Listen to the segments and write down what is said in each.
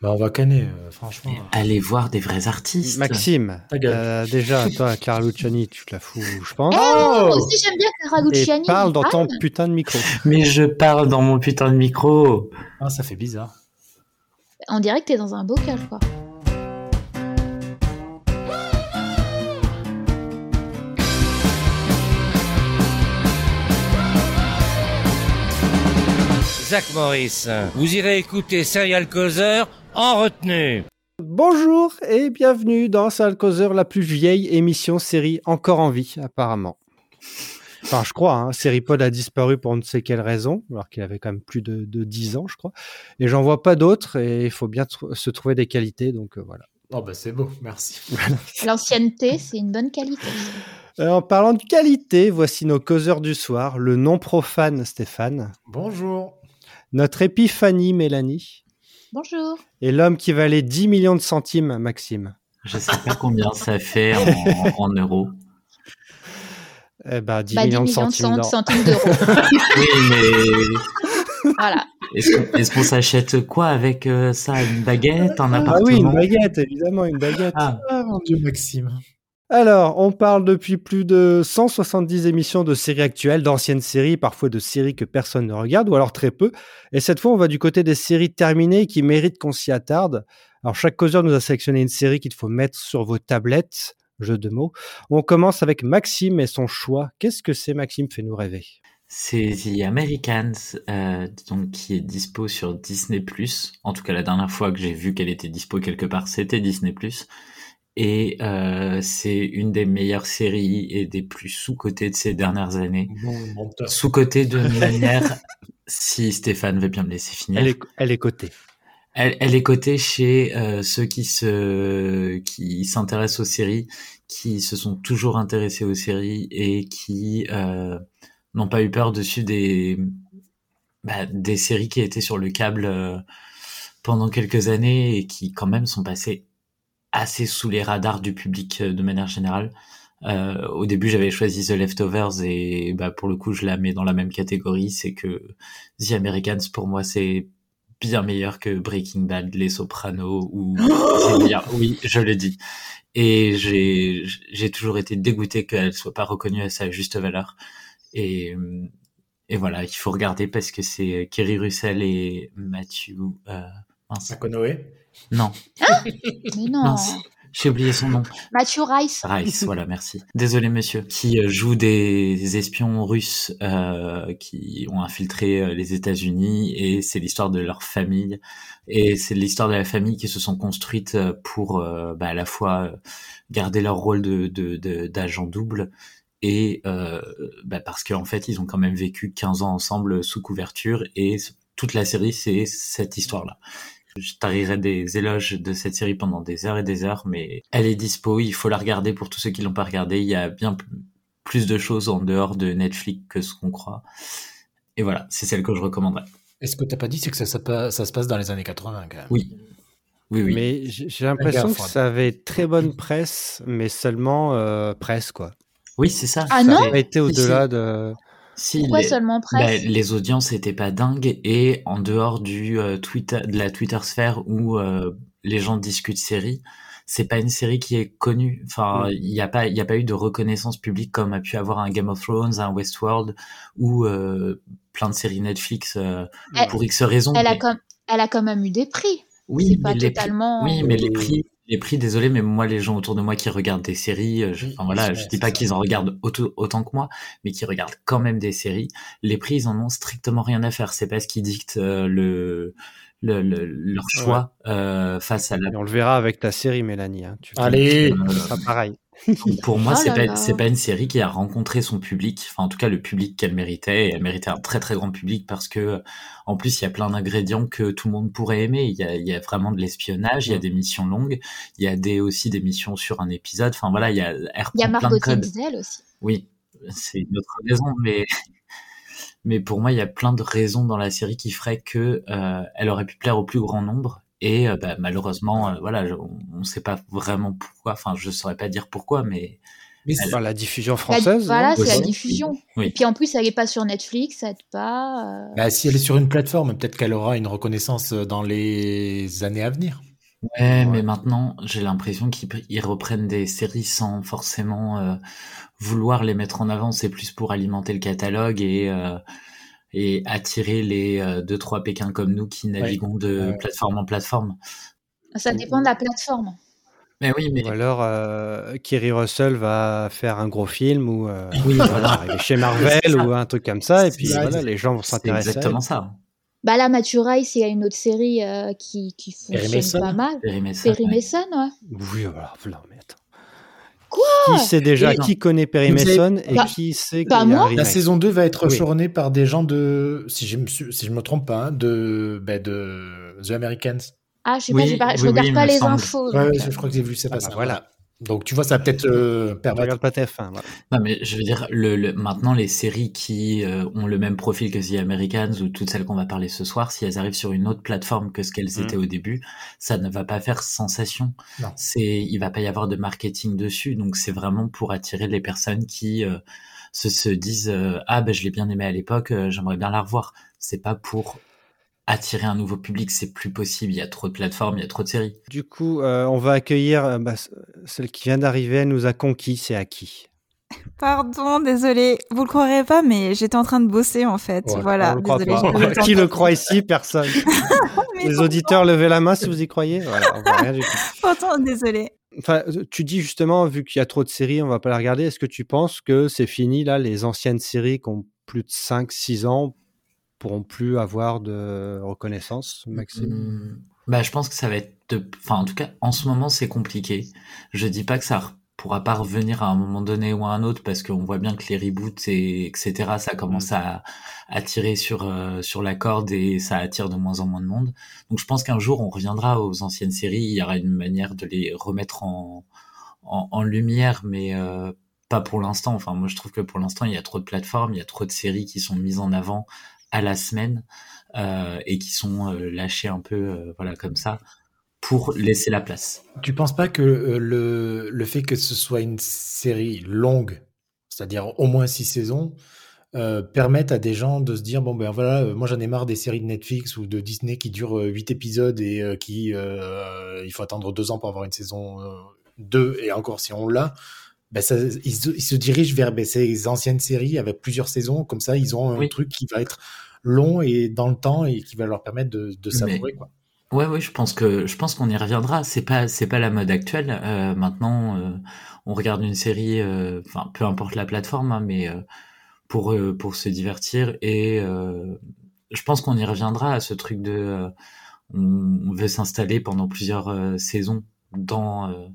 Bah, on va canner, euh, franchement. Allez voir des vrais artistes. Maxime, Ta gueule. euh, déjà, toi, Clara Luciani, tu te la fous, je pense. Oh Eh, Moi aussi, j'aime bien Clara Et Luciani. parle dans Ah, ton putain de micro. Mais je parle dans mon putain de micro. Ah, ça fait bizarre. On dirait que t'es dans un bocal, quoi. Zach Morris, vous irez écouter Serial Causer en retenue. Bonjour et bienvenue dans Salle Causeur, la plus vieille émission série encore en vie, apparemment. Enfin, je crois, hein, Seripod a disparu pour ne sait quelle raison, alors qu'il avait quand même plus de, de 10 ans, je crois. Et j'en vois pas d'autres, et il faut bien tr- se trouver des qualités, donc euh, voilà. Oh, bah, c'est beau, merci. L'ancienneté, c'est une bonne qualité. Euh, en parlant de qualité, voici nos causeurs du soir, le non profane Stéphane, Bonjour. notre épiphanie Mélanie, Bonjour. et l'homme qui valait 10 millions de centimes Maxime. Je sais pas combien ça fait en, en euros. Eh ben, 10 Bah, millions de centimes. cent- d'or. centimes d'euros. Oui, mais voilà. est-ce qu'on est-ce qu'on s'achète quoi avec euh, ça Une baguette, un Ah oui, une appartement baguette, évidemment, une baguette. Ah, Ah, mon Dieu, Maxime. Alors, on parle depuis plus de 170 émissions de séries actuelles, d'anciennes séries, parfois de séries que personne ne regarde, ou alors très peu. Et cette fois, on va du côté des séries terminées qui méritent qu'on s'y attarde. Alors, chaque causeur nous a sélectionné une série qu'il faut mettre sur vos tablettes, jeu de mots. On commence avec Maxime et son choix. Qu'est-ce que c'est, Maxime Fais-nous rêver. C'est The Americans, euh, donc qui est dispo sur Disney+. En tout cas, la dernière fois que j'ai vu qu'elle était dispo quelque part, c'était Disney+. Et euh, c'est une des meilleures séries et des plus sous-cotées de ces dernières années. Bon, menteur. Sous-cotée de manière, si Stéphane veut bien me laisser finir. Elle est, elle est cotée. Elle, elle est cotée chez euh, ceux qui se qui s'intéressent aux séries, qui se sont toujours intéressés aux séries et qui euh, n'ont pas eu peur de suivre des bah, des séries qui étaient sur le câble euh, pendant quelques années et qui quand même sont passées assez sous les radars du public euh, de manière générale. Euh, au début, j'avais choisi The Leftovers et bah, pour le coup, je la mets dans la même catégorie. C'est que The Americans pour moi, c'est bien meilleur que Breaking Bad, Les Sopranos ou c'est bien. Oui, je le dis. Et j'ai j'ai toujours été dégoûté qu'elle soit pas reconnue à sa juste valeur. Et et voilà, il faut regarder parce que c'est Kerry Russell et Matthew. Euh, mince. Sakonoé. Non, Mais non. mince. J'ai oublié son nom. Mathieu Rice. Rice, voilà, merci. Désolé, monsieur. Qui euh, joue des espions russes euh, qui ont infiltré euh, les États-Unis et c'est l'histoire de leur famille et c'est l'histoire de la famille qui se sont construites euh, pour euh, bah, à la fois euh, garder leur rôle de de- de- d'agent double et euh, bah, parce qu'en fait ils ont quand même vécu 15 ans ensemble sous couverture et c- toute la série c'est cette histoire là. Je tarirai des éloges de cette série pendant des heures et des heures, mais elle est dispo, il faut la regarder pour tous ceux qui l'ont pas regardée. Il y a bien p- plus de choses en dehors de Netflix que ce qu'on croit. Et voilà, c'est celle que je recommanderais. Et ce que t'as pas dit, c'est que ça, ça pa- ça se passe dans les années 80, quand même. Oui. Oui, oui. Mais j'ai j'ai l'impression que Fred. ça avait très bonne presse, mais seulement euh, presse, quoi. Oui, c'est ça. Ah ça non a pas été Si, au-delà de... si, Pourquoi les, seulement bah, presse les audiences étaient pas dingues et en dehors du euh, Twitter, de la Twitter sphère où euh, les gens discutent série, c'est pas une série qui est connue. Enfin, Mm. il n'y a pas, il y a pas eu de reconnaissance publique comme a pu avoir un Game of Thrones, un Westworld ou euh, plein de séries Netflix euh, Elle- pour X raisons. elle, a Mais- comme... elle a quand même eu des prix. oui, c'est mais pas les prix- totalement. oui, mais les prix, les prix, désolé, mais moi, les gens autour de moi qui regardent des séries, euh, je, Oui, enfin, voilà, c'est je vrai, dis pas c'est qu'ils en regardent auto- autant que moi, mais qui regardent quand même des séries, les prix, ils en ont strictement rien à faire. C'est pas ce qui dicte euh, le, le, le- leur choix euh, face à la. Et on le verra avec ta série, Mélanie. hein. Tu- Allez Ce sera pareil. Donc, pour moi, Oh c'est là pas, là. c'est pas une série qui a rencontré son public, enfin en tout cas le public qu'elle méritait. Et elle méritait un très très grand public parce que en plus il y a plein d'ingrédients que tout le monde pourrait aimer. Il y a, il y a vraiment de l'espionnage, Mm. il y a des missions longues, il y a des aussi des missions sur un épisode. Enfin voilà, il y a elle Il y a reprend plein Margot de codes. Tinzel aussi. Oui, c'est une autre raison, mais mais pour moi il y a plein de raisons dans la série qui feraient que euh, elle aurait pu plaire au plus grand nombre. Et euh, bah, malheureusement, euh, voilà, je- on ne sait pas vraiment pourquoi. Enfin, je saurais pas dire pourquoi, mais Mais c'est- Enfin, la diffusion La- française. voilà, non c'est la Aussi. diffusion. Oui. Et puis en plus, elle n'est pas sur Netflix, ça aide pas. euh, bah, si elle est sur une plateforme, peut-être qu'elle aura une reconnaissance euh, dans les années à venir. Ouais, Eh, mais maintenant, j'ai l'impression qu'ils ils reprennent des séries sans forcément euh, vouloir les mettre en avant. C'est plus pour alimenter le catalogue et, euh, et attirer les euh, deux, trois Pékins comme nous qui naviguons de Ouais. plateforme en plateforme. Ça dépend de la plateforme. Mais oui, mais Ou alors, euh, Kerry Russell va faire un gros film ou euh, oui, voilà, voilà. arriver chez Marvel ou un truc comme ça, et C'est puis ça, voilà, c'est- les gens vont C'est s'intéresser. à elle. exactement ça. hein. Bah là, Maturail, c'est une autre série euh, qui, qui Perry Mason. fonctionne pas mal. Perry Mason, Perry ouais. Mason, ouais. Oui, voilà, voilà, mais attends. Quoi Qui sait déjà Et- qui connaît Perry Vous avez- Mason et Bah- qui sait bah qu'il y a un moi La remake saison 2 va être Oui. journée par des gens de, si je me, suis- si je me trompe pas, hein, de, bah, de The Americans. Ah, je sais Oui, pas, j'ai pas- je oui, regarde oui, il pas me les semble. infos. Ouais, donc, euh. je crois que j'ai vu ça Ah passer. bah voilà. Donc tu vois, ça va peut-être euh, On permettre. regarde pas TF1. voilà. Non, mais je veux dire, le, le- maintenant, les séries qui euh, ont le même profil que The Americans ou toutes celles qu'on va parler ce soir, si elles arrivent sur une autre plateforme que ce qu'elles Mhm. étaient au début, ça ne va pas faire sensation. Non. C'est, il va pas y avoir de marketing dessus, donc c'est vraiment pour attirer les personnes qui euh, se, se disent euh, ah ben je l'ai bien aimé à l'époque, euh, j'aimerais bien la revoir. C'est pas pour attirer un nouveau public, c'est plus possible. Il y a trop de plateformes, il y a trop de séries. Du coup, euh, on va accueillir euh, bah, ce- celle qui vient d'arriver. Elle nous a conquis. C'est Aki. Pardon, désolé. Vous le croirez pas, mais j'étais en train de bosser en fait. Ouais, voilà, on le croit désolé. pas. qui le croit ici Personne. Les auditeurs, levez la main si vous y croyez. Voilà, on voit rien du tout. Pourtant, désolé. Enfin, euh, tu dis justement, vu qu'il y a trop de séries, on va pas la regarder. Est-ce que tu penses que c'est fini là Les anciennes séries qui ont plus de 5-6 ans pourront plus avoir de reconnaissance, Maxime Mm. Hmm, Bah, je pense que ça va être de... enfin, en tout cas, en ce moment, c'est compliqué. Je dis pas que ça re- pourra pas revenir à un moment donné ou à un autre parce qu'on voit bien que les reboots et etc. ça commence à, à tirer sur euh, sur la corde et ça attire de moins en moins de monde. Donc, je pense qu'un jour, on reviendra aux anciennes séries. Il y aura une manière de les remettre en en, en lumière, mais euh, pas pour l'instant. Enfin, moi, je trouve que pour l'instant, il y a trop de plateformes, il y a trop de séries qui sont mises en avant à la semaine euh, et qui sont euh, lâchées un peu, euh, voilà, comme ça, pour laisser la place. Tu penses pas que euh, le, le fait que ce soit une série longue, c'est-à-dire au moins six saisons, euh, permette à des gens de se dire bon ben voilà, euh, moi j'en ai marre des séries de Netflix ou de Disney qui durent euh, huit épisodes et euh, qui euh, il faut attendre deux ans pour avoir une saison euh, deux et encore si on l'a. Ben ça, ils, se- ils se dirigent vers ben, ces anciennes séries avec plusieurs saisons, comme ça ils ont un Oui. truc qui va être long et dans le temps et qui va leur permettre de, de savourer. Quoi. Ouais, ouais, je pense que je pense qu'on y reviendra. C'est pas c'est pas la mode actuelle. Euh, maintenant, euh, on regarde une série, euh, enfin peu importe la plateforme, hein, mais euh, pour euh, pour se divertir et euh, je pense qu'on y reviendra à ce truc de euh, on, on veut s'installer pendant plusieurs euh, saisons dans euh,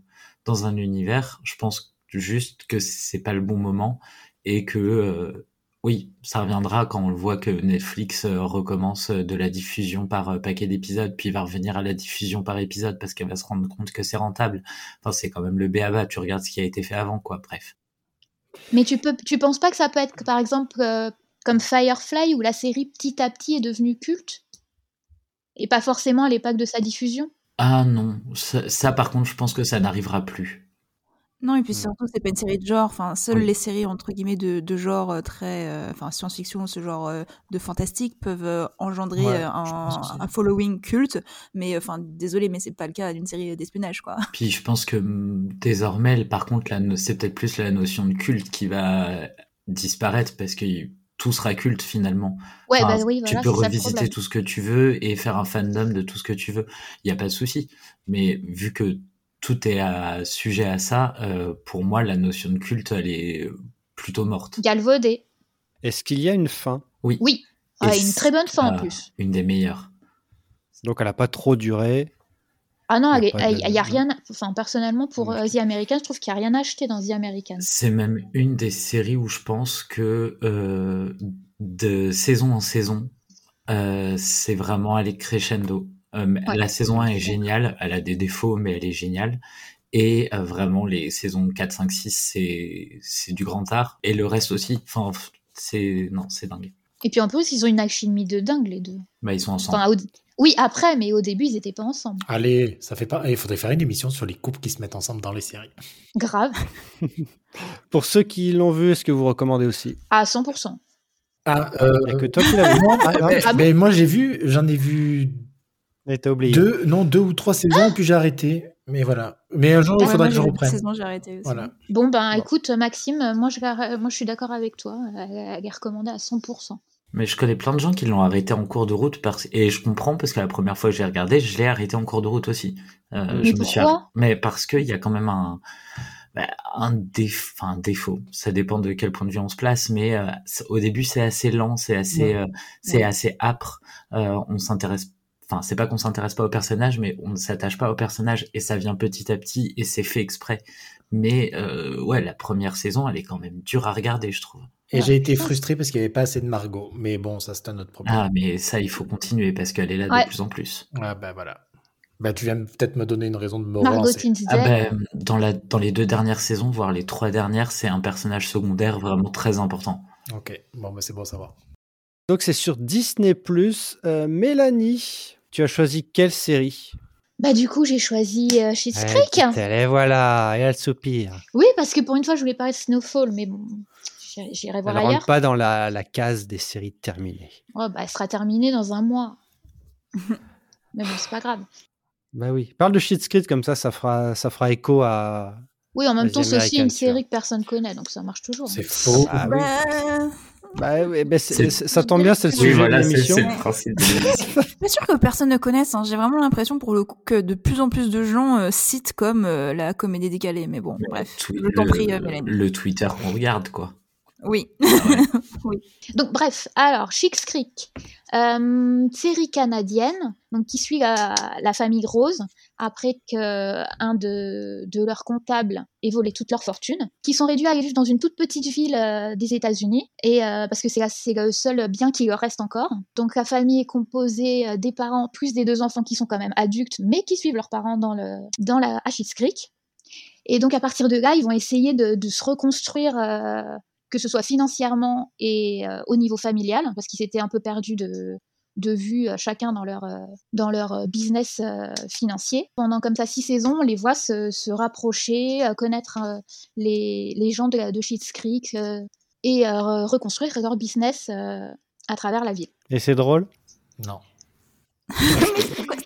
dans un univers. Je pense juste que c'est pas le bon moment et que euh, oui, ça reviendra quand on le voit que Netflix euh, recommence euh, de la diffusion par euh, paquet d'épisodes, puis va revenir à la diffusion par épisode parce qu'elle va se rendre compte que c'est rentable. Enfin, c'est quand même le béaba, tu regardes ce qui a été fait avant, quoi. Bref. Mais tu peux, tu penses pas que ça peut être, par exemple, euh, comme Firefly, où la série petit à petit est devenue culte et pas forcément à l'époque de sa diffusion. Ah non, ça, ça, par contre, je pense que ça n'arrivera plus. Non, et puis Mm. surtout, c'est pas une série de genre. Enfin, seules Oui. les séries, entre guillemets, de, de genre euh, très. euh, Enfin, science-fiction, ce genre euh, de fantastique, peuvent euh, engendrer Ouais, euh, je pense aussi. un, un following culte. Mais, euh, enfin, désolé, mais c'est pas le cas d'une série d'espionnage, quoi. Puis je pense que hum, désormais, par contre, la no- c'est peut-être plus la notion de culte qui va disparaître parce que tout sera culte finalement. Ouais, Enfin, bah oui, voilà, tu peux c'est ça le revisiter problème. tout ce que tu veux et faire un fandom de tout ce que tu veux. Il n'y a pas de souci. Mais vu que tout est à- sujet à ça, euh, pour moi, la notion de culte, elle est plutôt morte. Galvaudé. Est-ce qu'il y a une fin Oui, Oui. Et Ouais, une c'est- très bonne fin Ah. en plus. une des meilleures. Donc, elle a pas trop duré. Ah non, Y a elle est- pas de- elle- il y a rien. à- Enfin, personnellement, pour euh, The American, je trouve qu'il n'y a rien à acheter dans The American. C'est même une des séries où je pense que euh, de saison en saison, euh, c'est vraiment aller crescendo. Euh, La saison 1 est géniale, elle a des défauts, mais elle est géniale. Et euh, vraiment, les saisons 4, 5, 6, c'est, c'est du grand art. Et le reste aussi, enfin, pff, c'est, non, c'est dingue. Et puis en plus, ils ont une alchimie de dingue, les deux. Bah, ils sont ensemble. Enfin, au- Oui, après, mais au début, ils n'étaient pas ensemble. Allez, ça fait pas. Il faudrait faire une émission sur les couples qui se mettent ensemble dans les séries. Grave, Pour ceux qui l'ont vu, est-ce que vous recommandez aussi à 100%. Ah, euh, Il y a que toi qui l'as vu. ah, Ah, mais, ah bon mais moi j'ai vu, j'en ai vu mais t'as oublié. deux, non deux ou trois saisons, puis j'ai arrêté. Mais voilà. Mais un jour il Ouais, faudra moi, que j'ai je vu reprenne. cette saison, j'ai arrêté aussi. Voilà. Bon, ben Bon. écoute, Maxime, euh, moi je, la- moi, je suis d'accord avec toi. Elle elle est recommandée à 100%. Mais je connais plein de gens qui l'ont arrêté en cours de route parce et je comprends parce que la première fois que j'ai regardé, je l'ai arrêté en cours de route aussi. Euh, Mais je me suis arr- pourquoi Mais parce qu'il y a quand même un bah, un, déf- enfin, un défaut. Ça dépend de quel point de vue on se place, mais euh, c- au début c'est assez lent, c'est assez euh, c'est Ouais. assez âpre. Euh, on s'intéresse, enfin c'est pas qu'on s'intéresse pas au personnage, mais on ne s'attache pas au personnage et ça vient petit à petit et c'est fait exprès. Mais euh, ouais, la première saison, elle est quand même dure à regarder, je trouve. Et Ouais. j'ai été frustré parce qu'il n'y avait pas assez de Margot. Mais bon, ça c'est un autre problème. Ah, mais ça, il faut continuer parce qu'elle est là Ouais. de plus en plus. Ah bah voilà. Bah tu viens peut-être me donner une raison de me Margot relancer. Tinsdale, Ah ben, dans, la, dans les deux dernières saisons, voire les trois dernières, c'est un personnage secondaire vraiment très important. Ok. Bon bah c'est bon à savoir. Donc c'est sur Disney+. Euh, Mélanie, tu as choisi quelle série Bah du coup, j'ai choisi euh, Schitt's Creek. Et Eh, voilà, et elle soupire. Oui, parce que pour une fois, je voulais parler de Snowfall, mais bon, j'irai- j'irai voir elle ailleurs. rentre pas dans la, la case des séries terminées. Oh, bah, elle sera terminée dans un mois. mais bon, c'est pas grave. Bah oui. Parle de Shit's Creek comme ça, ça fera, ça fera écho à. Oui, en même Les temps, c'est aussi une Américains, tu série que personne connaît, donc ça marche toujours. hein. C'est faux. Ah oui. Bah, Bah oui, mais c'est- C'est- c'est- ça tombe bien, c'est le Oui, sujet voilà, de l'émission. principe. Pas sûr que personne ne connaisse. hein. J'ai vraiment l'impression, pour le coup, que de plus en plus de gens euh, citent comme euh, la comédie décalée. Mais bon, bref. Je t'en prie, euh, le, Mélanie. le Twitter qu'on regarde, quoi. Oui. Donc, bref, alors, Schitt's Creek, euh, série canadienne, donc qui suit la, la famille Rose après que un de, de leurs comptables ait volé toute leur fortune, qui sont réduits à aller vivre dans une toute petite ville euh, des États-Unis, et euh, parce que c'est la- c'est le seul bien qui leur reste encore. Donc, la famille est composée euh, des parents plus des deux enfants qui sont quand même adultes, mais qui suivent leurs parents dans, le, dans la à Schitt's Creek. Et donc, à partir de là, ils vont essayer de, de se reconstruire. euh, que ce soit financièrement et euh, au niveau familial, parce qu'ils s'étaient un peu perdus de, de vue euh, chacun dans leur, euh, dans leur euh, business euh, financier. Pendant comme ça six saisons, on les voit se, se rapprocher, euh, connaître euh, les, les gens de, la- de Schitt's Creek euh, et euh, re- reconstruire leur business euh, à travers la ville. Et c'est drôle. Non. Pourquoi-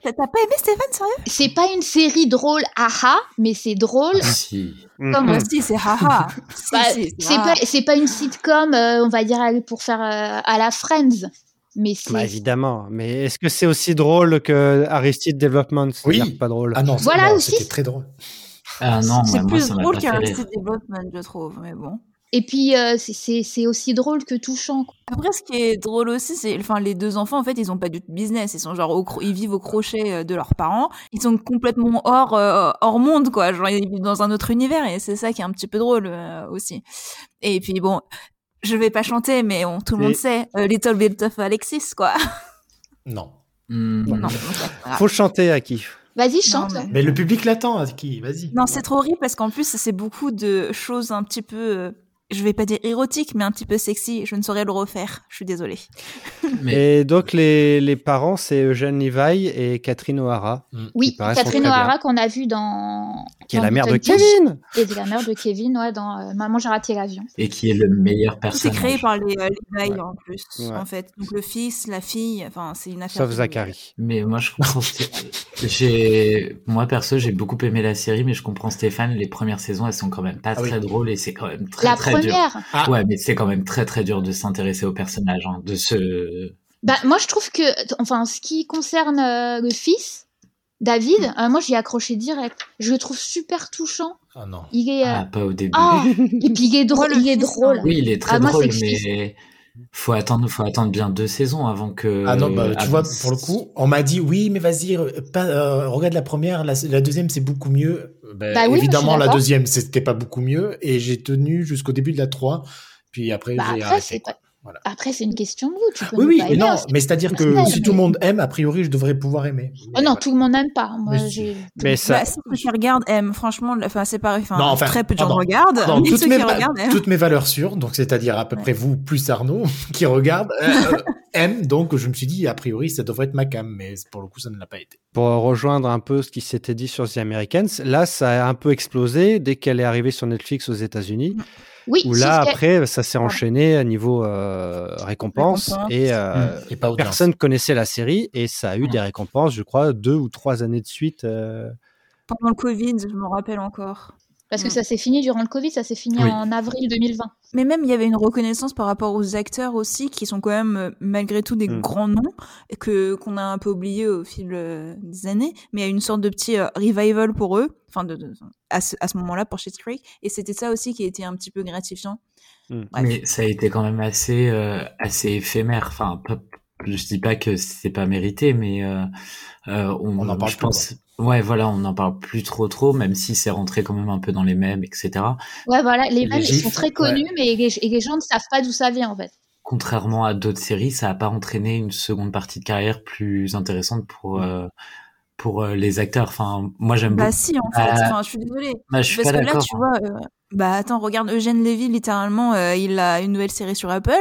T'as t'as pas aimé Stéphane, sérieux C'est pas une série drôle, aha, mais c'est drôle. Si. Comme Moi aussi, c'est haha. Si, Bah, si, c'est pas, c'est pas une sitcom, euh, on va dire, à- pour faire euh, à la Friends, mais c'est Bah évidemment. Mais est-ce que c'est aussi drôle que Aristide Development C'est-à-dire Oui. que Pas drôle. Ah non. c'est- Voilà non, aussi. C'était très drôle. Ah non, C'est bah, moi, plus ça m'a drôle pas fait qu'Arrested rire. Development, je trouve. Mais bon. Et puis, euh, c'est- c'est c'est aussi drôle que touchant. quoi. Après, ce qui est drôle aussi, c'est, enfin, les deux enfants, en fait, ils ont pas du tout de business. Ils sont genre, au cro- ils vivent au crochet euh, de leurs parents. Ils sont complètement hors, euh, hors monde, quoi. Genre, ils vivent dans un autre univers et c'est ça qui est un petit peu drôle euh, aussi. Et puis, bon, je vais pas chanter, mais on, tout le Et- monde sait, euh, Little Bit of Alexis, quoi. Non. Hmm. non, donc, ouais, voilà. Faut chanter à qui Vas-y, Non, chante. mais- Mais le public l'attend. à Qui Vas-y. Non, c'est trop horrible parce qu'en plus, c'est beaucoup de choses un petit peu, euh, je vais pas dire érotiques, mais un petit peu sexy. Je ne saurais le refaire. Je suis désolée. Mais Et donc les, les parents, c'est Eugène Livaille et Catherine O'Hara, Oui, Il paraît qu'on Catherine très bien. O'Hara qu'on a vue dans. qui est dans la mère de Little Beach, Kevin. Et de la mère de Kevin, ouais, dans euh, Maman, j'ai raté l'avion. et qui est le meilleur Tout est personnage. créé par les, euh, les bails, Ouais. en plus, Ouais. en fait. Donc le fils, la fille, enfin c'est une affaire. Sauf Zachary. Mais moi, je comprends. Sté- j'ai, moi perso, j'ai beaucoup aimé la série, mais je comprends Stéphane. Les premières saisons, elles sont quand même pas Ah oui. très drôles et c'est quand même très la très dur. première. Ah. Ouais, mais c'est quand même très très dur de s'intéresser au personnage, hein, de se. Bah, moi, je trouve que, enfin, en ce qui concerne euh, le fils, David, euh, moi, j'y ai accroché direct. Je le trouve super touchant. Ah non. Il est. euh, Ah, pas au début. Ah Et puis, il est Moi, drôle. le Il est fils, drôle. hein. Oui, il est très Ah, moi, c'est drôle, que je kiffe. mais faut attendre, faut attendre bien deux saisons avant Euh, que. Ah non, bah, tu avant- vois, pour le coup, on m'a dit oui, mais vas-y, re- pas- euh, regarde la première, la, la deuxième c'est beaucoup mieux. Ben, Bah oui, moi, je suis évidemment, la d'accord. deuxième c'était pas beaucoup mieux, et j'ai tenu jusqu'au début de la 3, puis après Bah, j'ai après, arrêté. c'est ah, quoi. pas. Voilà. Après, c'est une question de goût. Tu peux Oui, ne oui, pas mais aimer, non, hein, c'est mais c'est-à-dire que personnel, si mais- tout le monde aime, a priori, je devrais pouvoir aimer. Oh non, Mais voilà. tout le monde n'aime pas. Moi, Mais- j'ai- Mais ça, Bah, ceux qui regardent aiment, franchement, le- enfin, c'est pareil, enfin, Non, enfin, très peu de gens pardon, regardent, Non, mais toutes, ceux qui mes va- regardent hein. aiment. toutes mes valeurs sûres, donc c'est-à-dire à peu près vous plus Arnaud, qui regarde, euh, euh, aime, donc je me suis dit, a priori, ça devrait être ma cam, mais pour le coup, ça ne l'a pas été. pour rejoindre un peu ce qui s'était dit sur The Americans, là, ça a un peu explosé dès qu'elle est arrivée sur Netflix aux États-Unis. Oui, Où c'est là, ce que- après, ça s'est enchaîné à niveau euh, récompense, Récompense. et euh, Et pas audience. personne connaissait la série et ça a eu Mm. des récompenses, je crois, deux ou trois années de suite. euh, Pendant le Covid, je m'en rappelle encore. parce que Mm. ça s'est fini durant le Covid, ça s'est fini Oui. en avril 2020. Mais même, il y avait une reconnaissance par rapport aux acteurs aussi, qui sont quand même, euh, malgré tout, des Hmm. Mm. grands noms, et que, qu'on a un peu oublié au fil euh, des années, mais il y a eu une sorte de petit euh, revival pour eux, enfin, de, de- à ce, à ce moment-là, pour Shit's Creek, et c'était ça aussi qui était un petit peu gratifiant. Mm. Bref. Mais ça a été quand même assez, euh, assez éphémère. Enfin, pas- je dis pas que c'est pas mérité, mais euh, euh, on, On en parle je plus, pense. Ouais, voilà, on n'en parle plus trop trop, même si c'est rentré quand même un peu dans les mêmes, etc. Ouais, voilà, les mêmes, ils gifs, sont très connus, mais les, et les gens ne savent pas d'où ça vient, en fait. Contrairement à d'autres séries, ça n'a pas entraîné une seconde partie de carrière plus intéressante pour euh, pour euh, les acteurs. Enfin, moi j'aime Bah beaucoup. si, en fait, Euh, enfin, je suis désolée. Bah, je suis Parce pas que là, d'accord. tu vois, euh, bah attends, regarde Eugène Levy, littéralement, euh, il a une nouvelle série sur Apple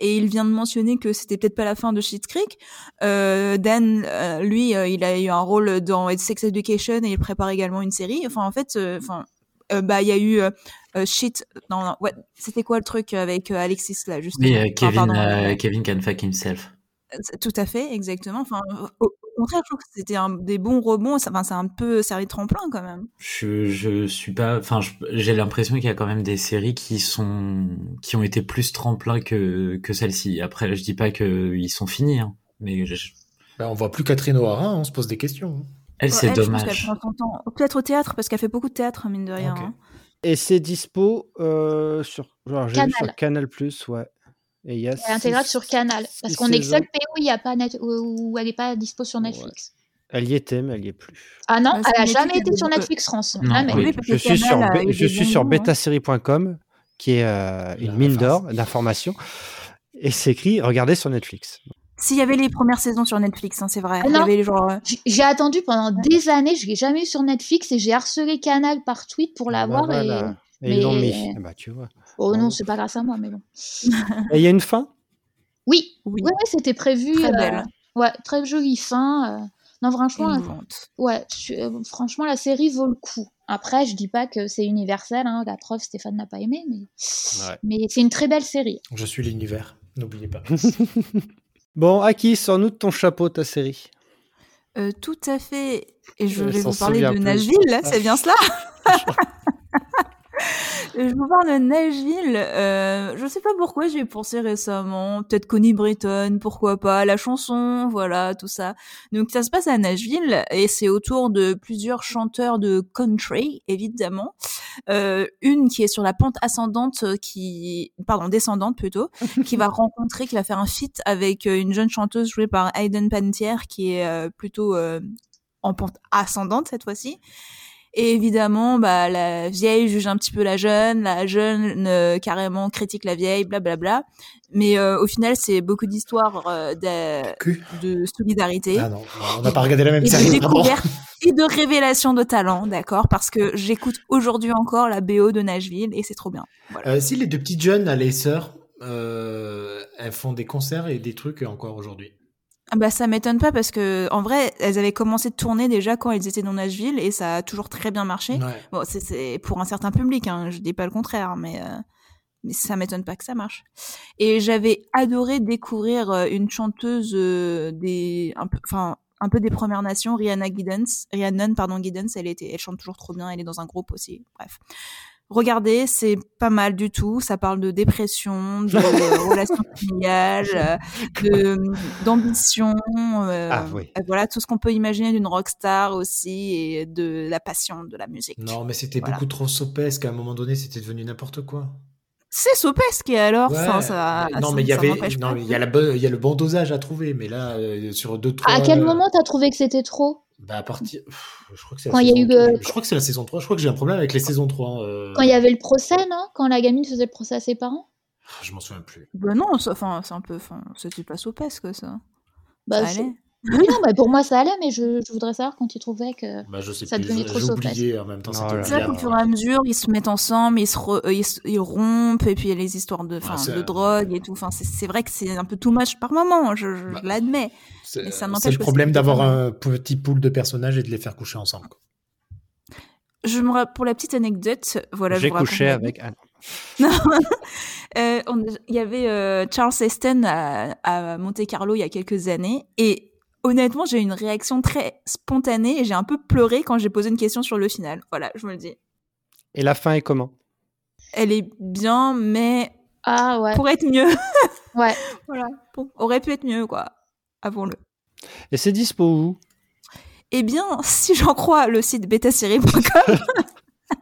et il vient de mentionner que c'était peut-être pas la fin de Shit Creek. Euh, Dan, euh, lui, euh, il a eu un rôle dans Sex Education et il prépare également une série. Enfin, en fait, euh, enfin, euh, bah il y a eu euh, euh, Shit. Non, non, ouais, c'était quoi le truc avec euh, Alexis là juste Oui, euh, Kevin, euh, Kevin can fuck himself. c'est- Euh, Tout à fait, exactement. Enfin, au, au contraire, je trouve que c'était un, des bons rebonds. Ça, enfin, ça a un peu servi de tremplin quand même. Je, je suis pas, enfin, je- j'ai l'impression qu'il y a quand même des séries qui sont, qui ont été plus tremplin que, que celle-ci. Après, je dis pas que ils sont finis, hein, mais je- Ben, on voit plus Catherine O'Hara, hein, on se pose des questions. elle, c'est Ouais, je pense qu'elle dommage. prend son temps. Peut-être au théâtre, parce qu'elle fait beaucoup de théâtre, mine de rien. Ok. hein. Et c'est dispo euh, sur, alors, j'ai vu Canal. sur Canal Plus, ouais. Et il y a Elle est intégrale six- sur Canal. Parce six qu'on est le seul saisons. pays où, il y a pas net, où, où elle n'est pas dispo sur Ouais. Netflix. Elle y était, mais elle y est plus. Ah non, Ouais, Bah, c'est elle n'a Netflix, jamais été elle sur est- Netflix France. Non, jamais. oui. Oui, parce Je que suis sur, Canal a Be- eu je des suis sur bons, hein. betasérie.com, qui est euh, La une mine d'or référence. d'informations. Et c'est écrit Regardez sur Netflix. S'il y avait les premières saisons sur Netflix, hein, c'est vrai. Ah Il y non. avait les genre. euh, J- J'ai attendu pendant des années, je ne l'ai jamais eu sur Netflix et j'ai harcelé Canal par tweet pour Ah bah l'avoir. et... voilà. Et ils l'ont mais- mis. euh, Ah bah, tu vois. Oh non, c'est pas grâce à moi, mais bon. Et il y a une fin Oui, Oui. ouais, ouais, c'était prévu. Très euh, belle. ouais, très jolie fin. euh. Non, franchement, émouvante. Ouais, je- euh, franchement, la série vaut le coup. Après, je dis pas que c'est universel. hein, La preuve, Stéphane n'a pas aimé, mais, Ouais. mais c'est une très belle série. Je suis l'univers, n'oubliez pas. Bon, Aki, sors-nous de ton chapeau ta série. Euh, tout à fait. Et je Elle vais s'en vous parler souvient de plus. Nashville, Ah. c'est bien cela Je vous parle de Nashville. Euh, je sais pas pourquoi j'y ai pensé récemment. Peut-être Connie Britton, pourquoi pas. La chanson, voilà, tout ça. Donc ça se passe à Nashville et c'est autour de plusieurs chanteurs de country, évidemment. Euh, une qui est sur la pente ascendante, euh, qui, pardon, descendante plutôt, qui va rencontrer, qui va faire un feat avec euh, une jeune chanteuse jouée par Hayden Panettiere, qui est euh, plutôt euh, en pente ascendante cette fois-ci. Et évidemment, bah, la vieille juge un petit peu la jeune, la jeune euh, carrément critique la vieille, blablabla. Mais euh, au final, c'est beaucoup d'histoires euh, d'a- Cul. de solidarité Ah non, on n'a pas regardé la même et de série. pardon. découverte et de révélation de talent, d'accord Parce que j'écoute aujourd'hui encore la BO de Nashville et c'est trop bien. Euh, si les deux petites jeunes, là, les sœurs, euh, elles font des concerts et des trucs encore aujourd'hui. Ah bah ça m'étonne pas parce que en vrai, elles avaient commencé de tourner déjà quand elles étaient dans Nashville et ça a toujours très bien marché. Ouais. Bon, c'est- c'est pour un certain public, hein, je dis pas le contraire, mais euh, mais ça m'étonne pas que ça marche. Et j'avais adoré découvrir euh, une chanteuse euh, des un peu, enfin un peu des Premières Nations, Rihanna Giddens, Rihanna pardon Giddens, elle était, elle chante toujours trop bien, elle est dans un groupe aussi. Bref. Regardez, c'est pas mal du tout. Ça parle de dépression, de euh, relations familiales, euh, de d'ambition, euh, Ah, oui. euh, voilà tout ce qu'on peut imaginer d'une rockstar aussi et de la passion de la musique. Non, mais c'était Voilà. beaucoup trop sopesque. À un moment donné, c'était devenu n'importe quoi. C'est sopesque et alors, Ouais, enfin, ça. ah, mais- non, ça- mais il y ça avait, m'empêche non, pas. mais il y a la bonne- il y a le bon dosage à trouver, mais là, euh, sur deux, trois. À quel euh, moment t'as trouvé que c'était trop bah, à partir, pff, je crois que c'est la Quand il y a saison eu 3. le- Je crois que c'est la saison 3. Je crois que j'ai un problème avec les saisons 3. hein, euh. Quand il y avait le procès, non Quand la gamine faisait le procès à ses parents Je m'en souviens plus. Bah non, ça- enfin, c'est un peu. Enfin, ça, tu passes au PES, quoi, ça. Bah, je- Allez. Oui, non, mais pour moi ça allait, mais je, je voudrais savoir quand tu trouvais que. Bah, je sais Ça plus. devenait je- trop J'ai soft, oublié en même temps. Oh c'était là là. C'est vrai bizarre. qu'au fur et à mesure, ils se mettent ensemble, ils se, re- euh, ils, se- ils rompent, et puis il y a les histoires de, Ouais, enfin, Ah, c'est- de drogue et tout. Enfin, c'est- c'est vrai que c'est un peu too much par moment, je, je Bah. l'admets. C'est euh, mais ça c'est n'empêche le que problème c'était d'avoir pas un petit pool de personnages et de les faire coucher ensemble. quoi. Je me rapp- pour la petite anecdote, voilà, je J'ai vous raconte couché ma vie. avec. Ah, Non. Euh, on- Il y avait euh, Charles Heston à, à Monte Carlo il y a quelques années et honnêtement j'ai eu une réaction très spontanée et j'ai un peu pleuré quand j'ai posé une question sur le final. Voilà, je me le dis. Et la fin est comment Elle est bien, mais Ah ouais. pourrait être mieux. Ouais. voilà. Bon, aurait pu être mieux quoi. Avant le. Et c'est dispo où Eh bien, si j'en crois le site betasérie.com,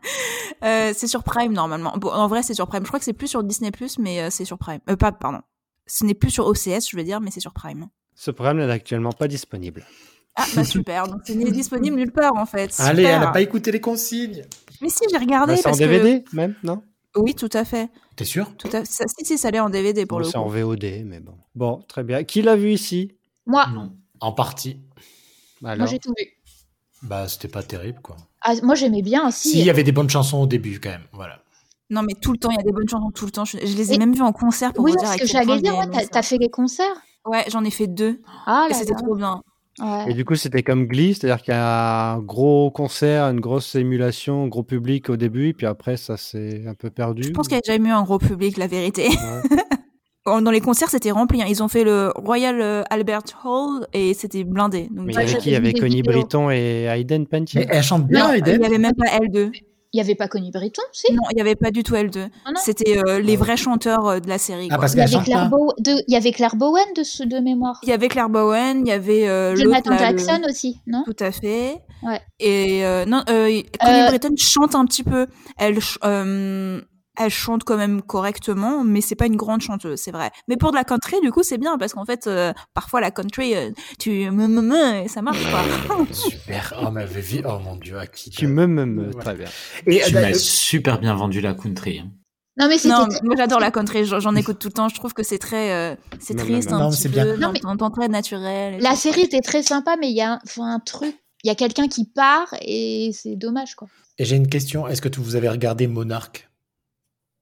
euh, c'est sur Prime normalement. Bon, en vrai, c'est sur Prime. Je crois que c'est plus sur Disney+, mais euh, c'est sur Prime. Euh, pas, pardon. Ce n'est plus sur OCS, je veux dire, mais c'est sur Prime. Ce programme n'est actuellement pas disponible. Ah, bah super. Donc, c'est ni- disponible nulle part, en fait. Super. Ah. Allez, elle n'a pas écouté les consignes. Mais si, j'ai Bah, regardé. c'est en parce DVD même, non que... Oui, tout à fait. T'es sûr Tout à... ça- si, si, ça allait en DVD pour Bon, le C'est en coup. VOD, mais bon. Bon, très bien. Qui l'a vu ici Moi, Non. En partie. moi Alors, j'ai tout vu. Bah, c'était pas terrible, quoi. Ah, moi j'aimais bien Si, aussi. euh, il y avait des bonnes chansons au début, quand même. Voilà. Non, mais tout le temps, il y a des bonnes chansons tout le temps. Je, je les ai Et- même vues en concert pour oui, vous non, dire à ce que quel point j'allais je dire, l'ai ouais, aimé, t'as ça. t'as fait des concerts Ouais, j'en ai fait deux. Ah et là c'était là. trop bien. Et Ouais. du coup, c'était comme Glee, c'est-à-dire qu'il y a un gros concert, une grosse émulation, gros public au début, et puis après, ça s'est un peu perdu. Je pense qu'il y a jamais eu un gros public, la vérité. Dans les concerts, c'était rempli. hein. Ils ont fait le Royal euh, Albert Hall et c'était blindé. Donc, bah, Mais il y Ouais, avait j'avais qui Il y vu avait des Connie vidéos. Britton et Hayden Pantier. Mais euh, elle chante Non, bien, il euh, Eden. n'y avait même pas L2. Il y avait pas Connie Britton, si Non, il n'y avait pas du tout L2. Ah non C'était euh, les vrais chanteurs euh, de la série. Ah, quoi. parce Il y qu'elle avait chante Claire pas. Bow- de- il y avait Claire Bowen de, ce- de mémoire. Il y avait Claire Bowen, il y avait euh, l'autre, Jonathan là, le- Jackson aussi, non Tout à fait. Hein Ouais. Et euh, non, euh, Connie Euh, Britton chante un petit peu. Elle, ch- euh, elle chante quand même correctement, mais c'est pas une grande chanteuse, c'est vrai. Mais pour de la country, du coup, c'est bien parce qu'en fait, euh, parfois la country, euh, tu me me me et ça marche quoi. Super. Oh, ma vie. Oh mon dieu, à qui Tu me me me, Ouais. très bien. Et, Tu euh, m'as super bien vendu la country. hein. Non, mais c'était. non, très- moi j'adore la country, j'en- j'en écoute tout le temps. Je trouve que c'est très, euh, c'est Non, triste non, un non. Non, petit c'est peu, bien. Non, mais- dans- dans très naturel. et La tout. série était très sympa, mais il y a un, enfin, un truc. Il y a quelqu'un qui part et c'est dommage, quoi. et j'ai une question. Est-ce que tu vous avez regardé Monarque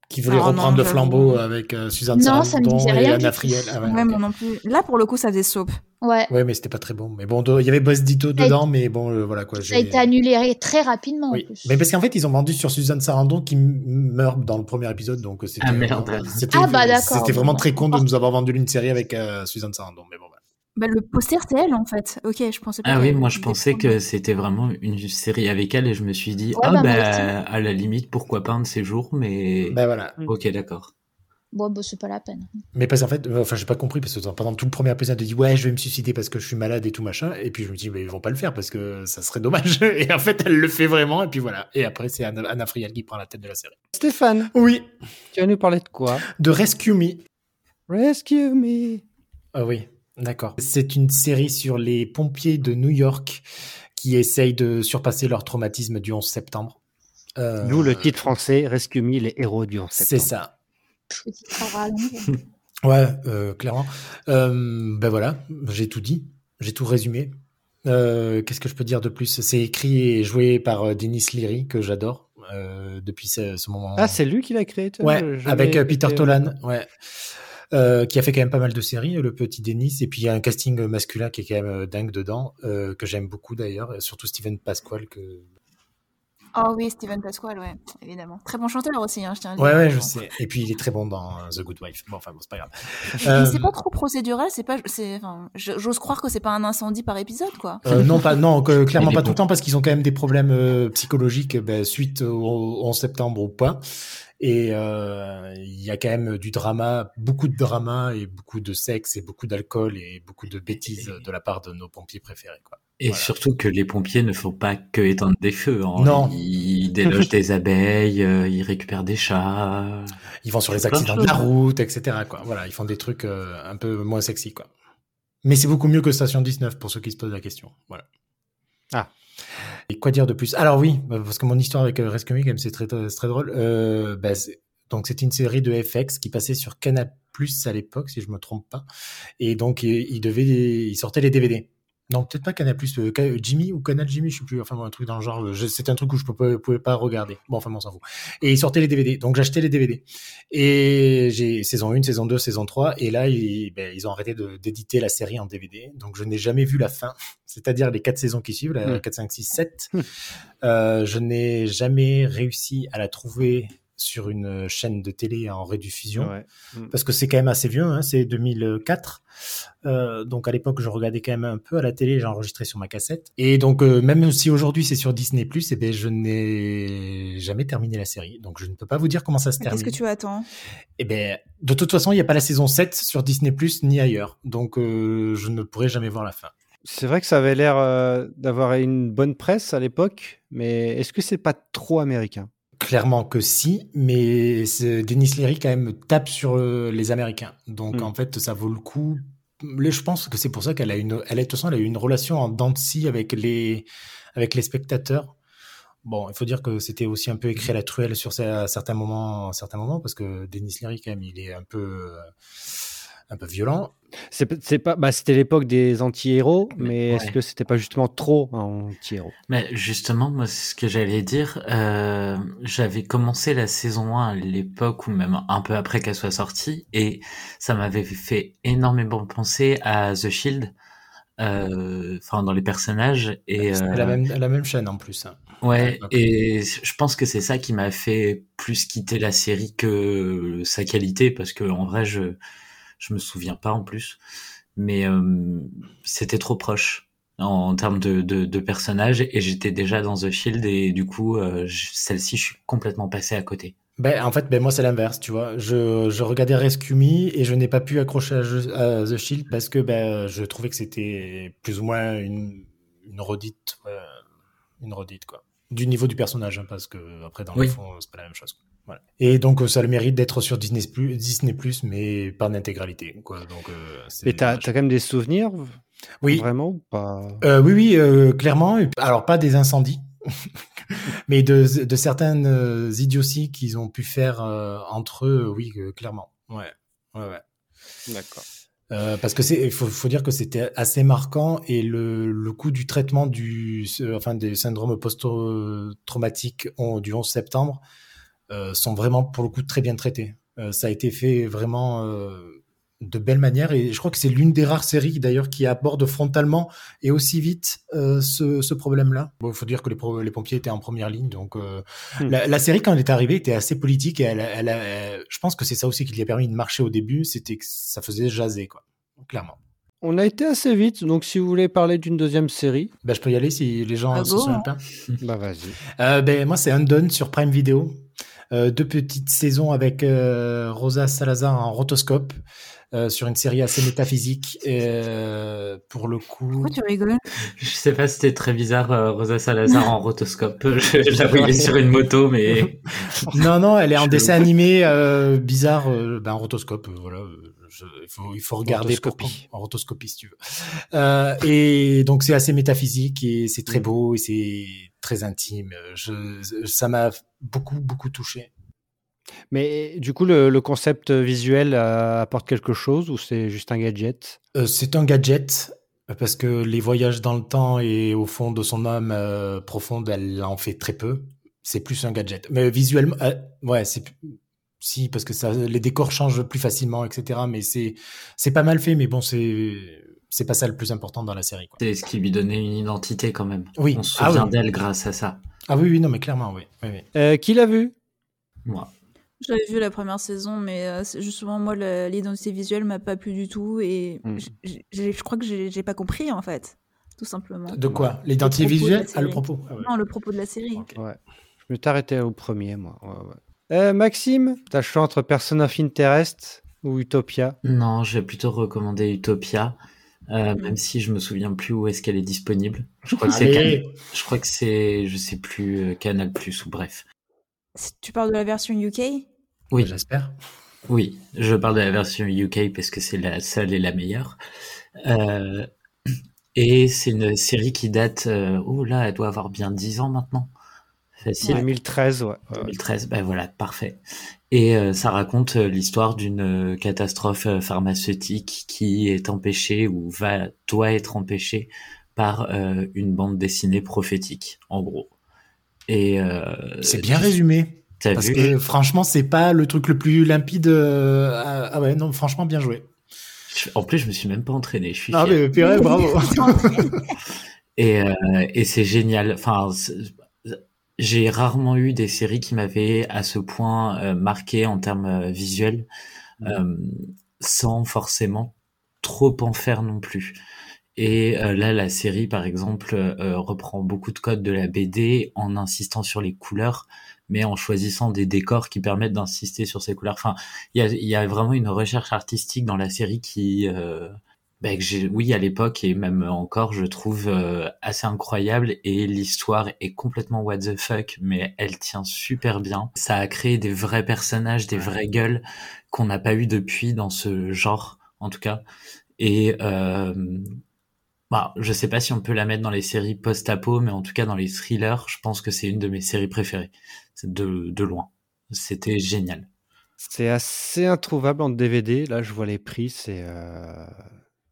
qui voulait Ah, non, reprendre le j'avoue. flambeau avec euh, Suzanne Non, ça me Sarandon disait et rien Anna du tout. Friel Ah, ouais, Ouais, ok. moi non plus. Là, pour le coup, ça faisait soap. Ouais. Ouais, mais c'était pas très bon. Mais bon, de- il y avait Boss Ditto Ça a dedans, mais bon, euh, voilà quoi. Ça a j'ai- été annulé très rapidement, Oui. en plus. Mais parce qu'en fait, ils ont vendu sur Suzanne Sarandon qui m- meurt dans le premier épisode, donc euh, c'était. Ah, merde. C'était Ah, bah, d'accord. Ah. c'était vraiment très con de nous avoir vendu une série avec euh, Suzanne Sarandon. Mais bon, voilà. Bah, le poster, c'est elle en fait. Ok, je pensais pas. Ah oui, qu'elle- moi je des pensais points. que c'était vraiment une série avec elle et je me suis dit, Ouais, ah bah, moi bah à la limite, pourquoi pas un de ces jours, mais... Ben voilà. Ok, d'accord. Bon, bah, c'est pas la peine. Mais parce qu'en fait, euh, enfin, j'ai pas compris parce que pendant tout le premier épisode, elle dit ouais, je vais me suicider parce que je suis malade et tout machin. Et puis je me dis, mais ils vont pas le faire parce que ça serait dommage. Et en fait, elle le fait vraiment. Et puis voilà. Et après, c'est Anna, Anna Friel qui prend la tête de la série. Stéphane, Oui. tu vas nous parler de quoi Euh, De Rescue Me. Rescue me. Ah oui, d'accord. C'est une série sur les pompiers de New York qui essayent de surpasser leur traumatisme du 11 septembre. Euh, D'où le titre français Rescue me, les héros du 11 C'est septembre. ça. Pff, petit travail à l'ombre. Ouais, euh, clairement. Euh, ben voilà, j'ai tout dit, j'ai tout résumé. Euh, Qu'est-ce que je peux dire de plus C'est écrit et joué par euh, Denis Leary, que j'adore euh, depuis ce, ce moment. Ah, c'est lui qui l'a créé toi Ouais, Je- je avec l'ai euh, Peter écouté. Tolan, ouais. Euh, qui a fait quand même pas mal de séries, le petit Denis, et puis il y a un casting euh, masculin qui est quand même euh, dingue dedans, euh, que j'aime beaucoup d'ailleurs, et surtout Steven Pasquale. Que... Ah oui, Steven Pasquale, ouais, évidemment. Très bon chanteur aussi, hein, je tiens à le Ouais, dire. ouais, je sais. Et puis il est très bon dans euh, The Good Wife. Bon, enfin, bon, c'est pas grave. Mais Euh, c'est pas trop procédural, c'est pas. c'est- Enfin, je- J'ose croire que c'est pas un incendie par épisode, quoi. Euh, non, pas, non, que- clairement Il est pas bon. tout le temps parce qu'ils ont quand même des problèmes euh, psychologiques ben, suite au 11 septembre ou pas. Et euh, il y a quand même du drama, beaucoup de drama et beaucoup de sexe et beaucoup d'alcool et beaucoup de bêtises de la part de nos pompiers préférés. Quoi. Et Voilà. surtout que les pompiers ne font pas que éteindre des feux. hein. Non. Ils délogent des abeilles, euh, ils récupèrent des chats. euh, Ils vont sur les Plein de accidents de choses. hein. la route, etc. Quoi. Voilà, ils font des trucs euh, un peu moins sexy. Quoi. Mais c'est beaucoup mieux que Station 19 pour ceux qui se posent la question. Voilà. Ah. euh, Et quoi dire de plus Alors oui, bah, parce que mon histoire avec euh, Rescue Me, quand même, c'est très, très, c'est très drôle. Euh, bah, c'est- Donc c'est une série de FX qui passait sur Canal Plus à l'époque, si je me trompe pas. Et donc il, il devait, il sortait les DVD. Non, peut-être pas Canal Plus, euh, Jimmy ou Canal Jimmy, je sais plus. Enfin, bon, un truc dans le genre. C'est un truc où je ne pouvais pas regarder. Bon, enfin, bon, on s'en fout. Et il sortait les DVD. Donc, j'achetais les DVD. Et j'ai saison 1, saison 2, saison 3. Et là, ils, ben, ils ont arrêté d'éditer la série en DVD. Donc, je n'ai jamais vu la fin. C'est-à-dire les quatre saisons qui suivent, la 4, 5, 6, 7. Euh, je n'ai jamais réussi à la trouver sur une chaîne de télé en rediffusion. Ouais. Mm. Parce que c'est quand même assez vieux, hein, c'est 2004. Euh, donc à l'époque, je regardais quand même un peu à la télé, j'enregistrais sur ma cassette. Et donc, euh, même si aujourd'hui c'est sur Disney, eh ben, je n'ai jamais terminé la série. Donc je ne peux pas vous dire comment ça se Mais Qu'est-ce termine. que tu attends Eh ben, de toute façon, il n'y a pas la saison 7 sur Disney, ni ailleurs. Donc euh, je ne pourrai jamais voir la fin. C'est vrai que ça avait l'air euh, d'avoir une bonne presse à l'époque, mais est-ce que c'est pas trop américain Clairement que si, mais ce- Dennis Leary quand même tape sur euh, les Américains. Donc Hmm. Mm. en fait, ça vaut le coup. Mais je pense que c'est pour ça qu'elle a une, elle a, de toute façon, elle a eu une relation en dents de scie avec les, avec les spectateurs. Bon, il faut dire que c'était aussi un peu écrit à la truelle sur ça à certains moments, à certains moments, parce que Dennis Leary quand même, il est un peu, euh, un peu violent. C'est p- c'est pas, bah, c'était l'époque des anti-héros, mais Ouais. est-ce que c'était pas justement trop un anti-héros Mais justement, moi, c'est ce que j'allais dire. Euh, j'avais commencé la saison 1 à l'époque ou même un peu après qu'elle soit sortie et ça m'avait fait énormément penser à The Shield, euh, enfin dans les personnages et C'était euh, Bah, la même, la même chaîne en plus. hein. ouais. d'accord. Et je pense que c'est ça qui m'a fait plus quitter la série que sa qualité parce que en vrai, je je me souviens pas en plus, mais euh, c'était trop proche en, en termes de, de, de personnages et j'étais déjà dans The Shield et du coup euh, je- celle-ci je suis complètement passé à côté. Ben, en fait, ben, moi, c'est l'inverse, tu vois. Je, je regardais Rescue Me et je n'ai pas pu accrocher à, Je- à The Shield parce que ben, je trouvais que c'était plus ou moins une, une redite, euh, une redite, quoi. Du niveau du personnage, hein, parce que après, dans Oui. le fond, c'est pas la même chose. quoi. Voilà. Et donc, euh, ça a le mérite d'être sur Disney+, Disney+, mais pas en intégralité, quoi. Donc, euh, c'est Et t'as dommage. t'as quand même des souvenirs Oui, Vraiment ou pas euh, oui, oui, euh, clairement. Et puis- Alors, pas des incendies, mais de, de certaines euh, idioties qu'ils ont pu faire euh, entre eux, oui, euh, clairement. Ouais, ouais, ouais. D'accord. Euh, parce que c'est, il faut, faut dire que c'était assez marquant et le, le coût du traitement du, ce- enfin des syndromes post-traumatiques on- du 11 septembre euh, sont vraiment pour le coup très bien traités. Euh, ça a été fait vraiment euh, de belle manière et je crois que c'est l'une des rares séries d'ailleurs qui aborde frontalement et aussi vite euh, ce, ce problème-là. Bon, il faut dire que les, pro- les pompiers étaient en première ligne, donc euh, Hmm. la, la série quand elle est arrivée était assez politique et elle, a- elle a- elle- je pense que c'est ça aussi qui lui a permis de marcher au début, c'était que ça faisait jaser quoi clairement. On a été assez vite, donc si vous voulez parler d'une deuxième série, Ben, je peux y aller si les gens Ah se bon, souviennent hein pas. bah vas-y. Euh, ben, moi, c'est Undone sur Prime Video. Euh, deux petites saisons avec euh, Rosa Salazar en rotoscope euh, sur une série assez métaphysique. euh, pour le coup, Pourquoi tu rigoles Je sais pas si c'était très bizarre euh, Rosa Salazar en rotoscope. Je, je la voyais sur une moto mais non, non, elle est en Je- dessin animé euh, bizarre, euh, ben, en rotoscope. euh, voilà, euh, je- il faut il faut regarder pour Rotoscopie. com- en rotoscopie si tu veux. Euh, et donc c'est assez métaphysique et c'est très beau et c'est très intime. Je, ça m'a beaucoup beaucoup touché. Mais du coup, le, le concept visuel euh, apporte quelque chose ou c'est juste un gadget Euh, c'est un gadget, euh, parce que les voyages dans le temps et au fond de son âme euh, profonde, elle en fait très peu. C'est plus un gadget. Mais visuellement, euh, ouais, c'est. Si, parce que ça, les décors changent plus facilement, etc. Mais c'est, c'est pas mal fait, mais bon, c'est, c'est pas ça le plus important dans la série, quoi. c'est ce qui lui donnait une identité quand même. Oui. On se Ah oui. souvient d'elle grâce à ça. Ah oui, oui, non, mais clairement, oui. oui, oui. Euh, Qui l'a vu Moi. J'avais vu la première saison, mais euh, c'est- justement, moi, le- l'identité visuelle m'a pas plu du tout et Mm. j- j- j'ai- je crois que j'ai j'ai pas compris, en fait, tout simplement. De quoi? L'identité Le propos de la visuelle? Ah, le série. propos. Ah ouais. Non, le propos de la série. Ok. Je me t'arrêtais au premier, moi. Ouais, ouais. Euh, Maxime, t'as le choix entre Person of Interest ou Utopia Non, je vais plutôt recommander Utopia, euh, même si je me souviens plus où est-ce qu'elle est disponible. Je crois que c'est, Can- Allez, je crois que c'est, je sais plus euh, Canal Plus ou bref. Si Tu parles de la version UK Oui, j'espère. oui, je parle de la version UK parce que c'est la seule et la meilleure. Euh, et c'est une série qui date, euh, oh là, elle doit avoir bien 10 ans maintenant. Facile. 2013, ouais. 2013, ben voilà, parfait. Et euh, ça raconte euh, l'histoire d'une euh, catastrophe euh, pharmaceutique qui est empêchée ou va doit être empêchée par euh, une bande dessinée prophétique, en gros. Et euh, C'est bien résumé. T'as Parce vu que franchement, c'est pas le truc le plus limpide. euh, ah ah ouais, non, franchement, bien joué. Je- En plus, je me suis même pas entraîné. Je suis Ah fier. mais purée, bravo. Et, euh, et c'est génial. Enfin, c'est- j'ai rarement eu des séries qui m'avaient à ce point euh, marqué en termes euh, visuels, euh, sans forcément trop en faire non plus. Et euh, là, la série, par exemple, euh, reprend beaucoup de codes de la BD en insistant sur les couleurs, mais en choisissant des décors qui permettent d'insister sur ces couleurs. Enfin, il y a, il y a vraiment une recherche artistique dans la série qui, euh, bah, que j'ai- oui, à l'époque et même encore, je trouve euh, assez incroyable et l'histoire est complètement what the fuck, mais elle tient super bien. Ça a créé des vrais personnages, des vraies gueules qu'on n'a pas eu depuis dans ce genre, en tout cas. Et euh, bah, je sais pas si on peut la mettre dans les séries post-apo, mais en tout cas dans les thrillers, je pense que c'est une de mes séries préférées, C'est de, de loin. C'était génial. C'est assez introuvable en DVD. Là, je vois les prix, c'est euh,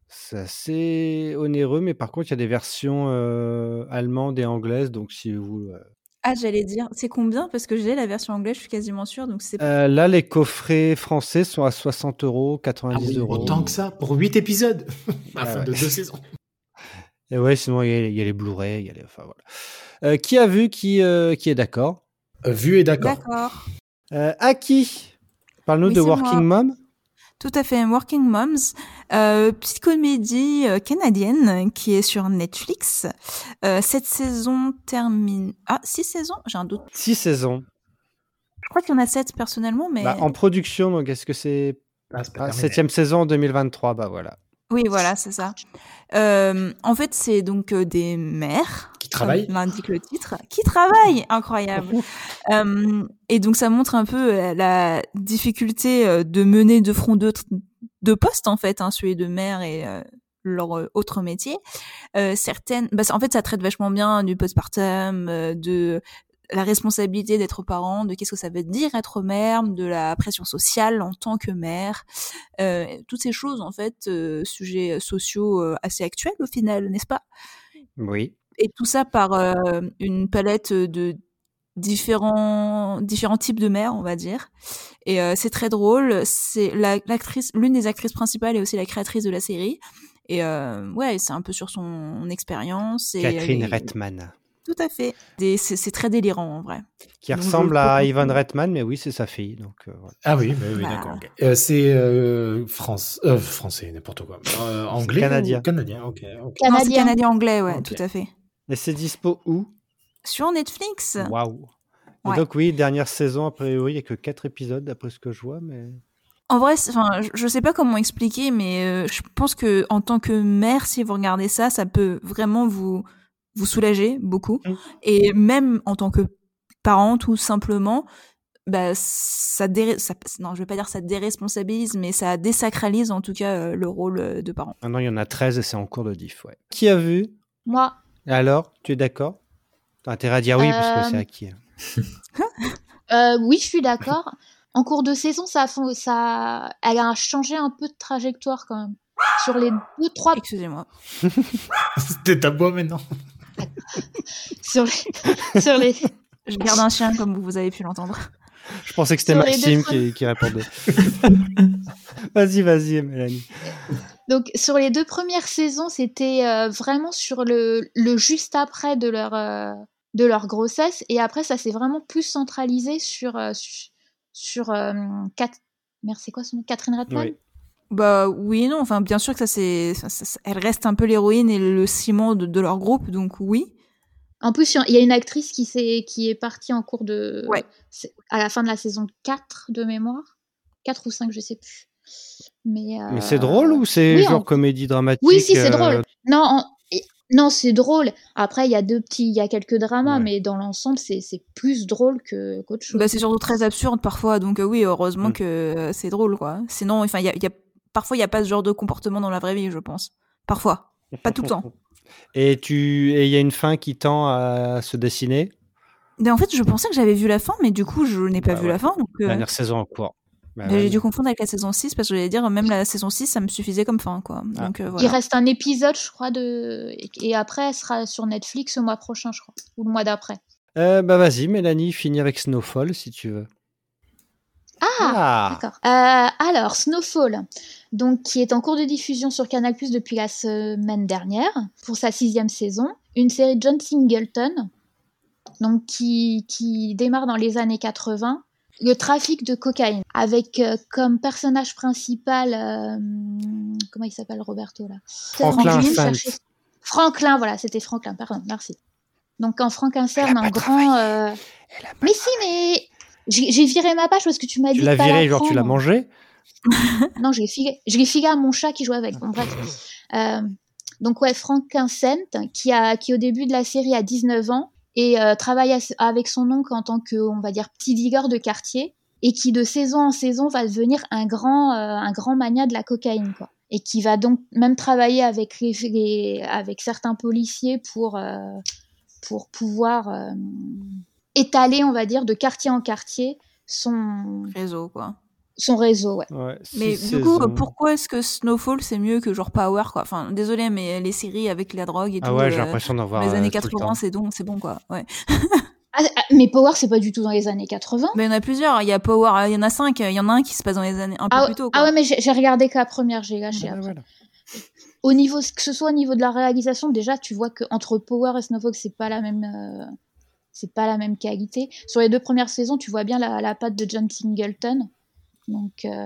c'est assez onéreux, mais par contre, il y a des versions euh, allemandes et anglaises. Donc, si vous euh, Ah, j'allais dire, c'est combien Parce que j'ai la version anglaise, je suis quasiment sûre. Donc c'est euh, là, les coffrets français sont à 60 euros, 90 euros. Autant que ça, pour 8 épisodes, à Ah fin ouais. de deux saisons. Et ouais, sinon il y a, il y a les Blu-ray, il y a les. Enfin voilà. Euh, qui a vu, qui euh, qui est d'accord Euh, vu et d'accord. d'accord. Euh, À qui Parle-nous Oui, de c'est Working Mom. Tout à fait, Working Moms, euh, petite comédie euh, canadienne qui est sur Netflix. Euh, cette saison termine. Ah, six saisons J'ai un doute. Six saisons. Je crois qu'il y en a sept personnellement, mais. Bah, en production, donc est-ce que c'est Ah, c'est pas ah, terminé. septième saison en 2023 Bah voilà. Oui, voilà, c'est ça. Euh, en fait, c'est donc euh, des mères. Qui travaillent. comme L'indique le titre. Qui travaillent Incroyable. Euh, et donc, ça montre un peu euh, la difficulté euh, de mener de front deux, deux postes, en fait, hein, celui de mère et euh, leur euh, autre métier. Euh, certaines, bah, ça- en fait, ça traite vachement bien du postpartum, euh, de la responsabilité d'être parent, de qu'est-ce que ça veut dire être mère, de la pression sociale en tant que mère, euh, toutes ces choses en fait, euh, sujets sociaux euh, assez actuels au final, n'est-ce pas Oui. Et tout ça par euh, une palette de différents différents types de mères, on va dire. Et euh, c'est très drôle. C'est la- l'actrice, l'une des actrices principales est aussi la créatrice de la série. Et euh, ouais, c'est un peu sur son expérience. Et, euh, Catherine et- Rettman, Tout à fait. Des- C'est c'est très délirant en vrai. qui Donc, je ressemble à comprends. Ivan Rettman, mais oui, c'est sa fille. Donc euh, voilà. Ah oui, bah oui, Bah. d'accord. ok. Euh, c'est euh, France, euh, français, n'importe quoi. Euh, anglais, canadien. ou Canadien, ok. ok. Non, c'est Canadien. canadien anglais, ouais, Ok. tout à fait. Et c'est dispo où Sur Netflix. Waouh. Et Ouais. Donc oui, dernière saison a priori, il n'y a que quatre épisodes d'après ce que je vois, mais En vrai, c'est- enfin, je- je sais pas comment expliquer, mais euh, je pense que en tant que mère, si vous regardez ça, ça peut vraiment vous vous soulager beaucoup. Mm. Et même en tant que parent, tout simplement, bah ça, déré- ça- non, je vais pas dire ça déresponsabilise, mais ça désacralise en tout cas euh, le rôle euh, de parent. Ah non, il y en a 13 et c'est en cours de diff. Ouais. Qui a vu Moi, Alors, tu es d'accord T'as intérêt à hein. dire oui, parce que Euh, c'est acquis. euh, oui, je suis d'accord. En cours de saison, ça, a fon- ça, elle a changé un peu de trajectoire quand même. Sur les deux, trois, Excusez-moi. C'était à moi maintenant. sur les, sur les, Je garde un chien comme vous avez pu l'entendre. Je pensais que c'était sur les Maxime deux qui, qui répondait. vas-y, vas-y, Mélanie. Donc sur les deux premières saisons, c'était euh, vraiment sur le, le juste après de leur, euh, de leur grossesse. Et après, ça s'est vraiment plus centralisé sur... euh, su- sur euh, Cat- Merde, c'est quoi son nom Catherine Rettman Oui. Bah oui, et non. Enfin, bien sûr que ça, c'est, ça- ça- ça- elle reste un peu l'héroïne et le ciment de, de leur groupe, donc oui. En plus, il y a une actrice qui, s'est- qui est partie en cours de... Ouais. c'est- À la fin de la saison 4 de mémoire. 4 ou 5, je sais plus. Mais, Mais euh, c'est drôle ou c'est oui, genre en- comédie dramatique Oui, si, c'est euh, drôle. Non, en- et- non, c'est drôle. Après, il y a deux petits, il y a quelques dramas, Ouais. mais dans l'ensemble, c'est c'est plus drôle que qu'autre chose. Bah, c'est surtout très absurde parfois, donc euh, oui, heureusement Mm. que euh, c'est drôle, quoi. Sinon, enfin, il y a, il y a- parfois, il n'y a pas ce genre de comportement dans la vraie vie, je pense. Parfois. Pas tout le temps. Et tu, et il y a une fin qui tend à se dessiner Mais en fait, je pensais que j'avais vu la fin, mais du coup, je n'ai pas Bah vu ouais. la fin. Donc, euh, Dernière saison en cours. Bah bah, ouais, j'ai mais- dû confondre avec la saison 6 parce que j'allais dire, même la saison 6, ça me suffisait comme fin. Quoi. Ah. Donc, euh, Il voilà. reste un épisode, je crois, de... et après, elle sera sur Netflix le mois prochain, je crois, ou le mois d'après. Euh, bah vas-y, Mélanie, finis avec Snowfall si tu veux. Ah, D'accord. Euh, alors, Snowfall, donc, qui est en cours de diffusion sur Canal depuis la semaine dernière, pour sa sixième saison, une série de John Singleton, donc, qui, qui démarre dans les années 80, le trafic de cocaïne, avec euh, comme personnage principal, euh, comment il s'appelle Roberto là Franklin Franklin, Fans. cherchez- Franklin, voilà, c'était Franklin, pardon, merci. Donc, en Frank Elle Insern, a pas un grand. euh, Elle a pas- Mais si, mais. J'ai j'ai viré ma page parce que tu m'as dit. Tu de l'as pas viré, la genre tu l'as prendre. mangé Non, je l'ai filé, je l'ai filé à mon chat qui jouait avec. Bon, bref. Euh, donc, ouais, Frank Vincent, qui, a, qui au début de la série a 19 ans et euh, travaille as- avec son oncle en tant que, on va dire, petit dealer de quartier et qui, de saison en saison, va devenir un grand, euh, un grand mania de la cocaïne, quoi. Et qui va donc même travailler avec, les, les- avec certains policiers pour, euh, pour pouvoir euh, étaler, on va dire, de quartier en quartier son, Réseau, quoi. son réseau, ouais. Ouais, Mais six du coup, saisons. pourquoi est-ce que Snowfall c'est mieux que genre Power quoi Enfin, désolé, mais les séries avec la drogue et Ah tout. ouais, j'ai euh, l'impression d'en voir. les euh, années tout le temps. 80, c'est donc, c'est bon quoi. Ouais. Ah, ah, mais Power, c'est pas du tout dans les années 80. Mais il y en a plusieurs. Il y a Power, il y en a cinq. Il y en a un qui se passe dans les années un peu Ah, plus tôt. ah quoi. ouais, mais j'ai j'ai regardé que la première, j'ai lâché. Voilà, après. voilà. Au niveau, que ce soit au niveau de la réalisation, déjà, tu vois que entre Power et Snowfall, c'est pas la même, euh, c'est pas la même qualité. Sur les deux premières saisons, tu vois bien la, la patte de John Singleton, donc euh,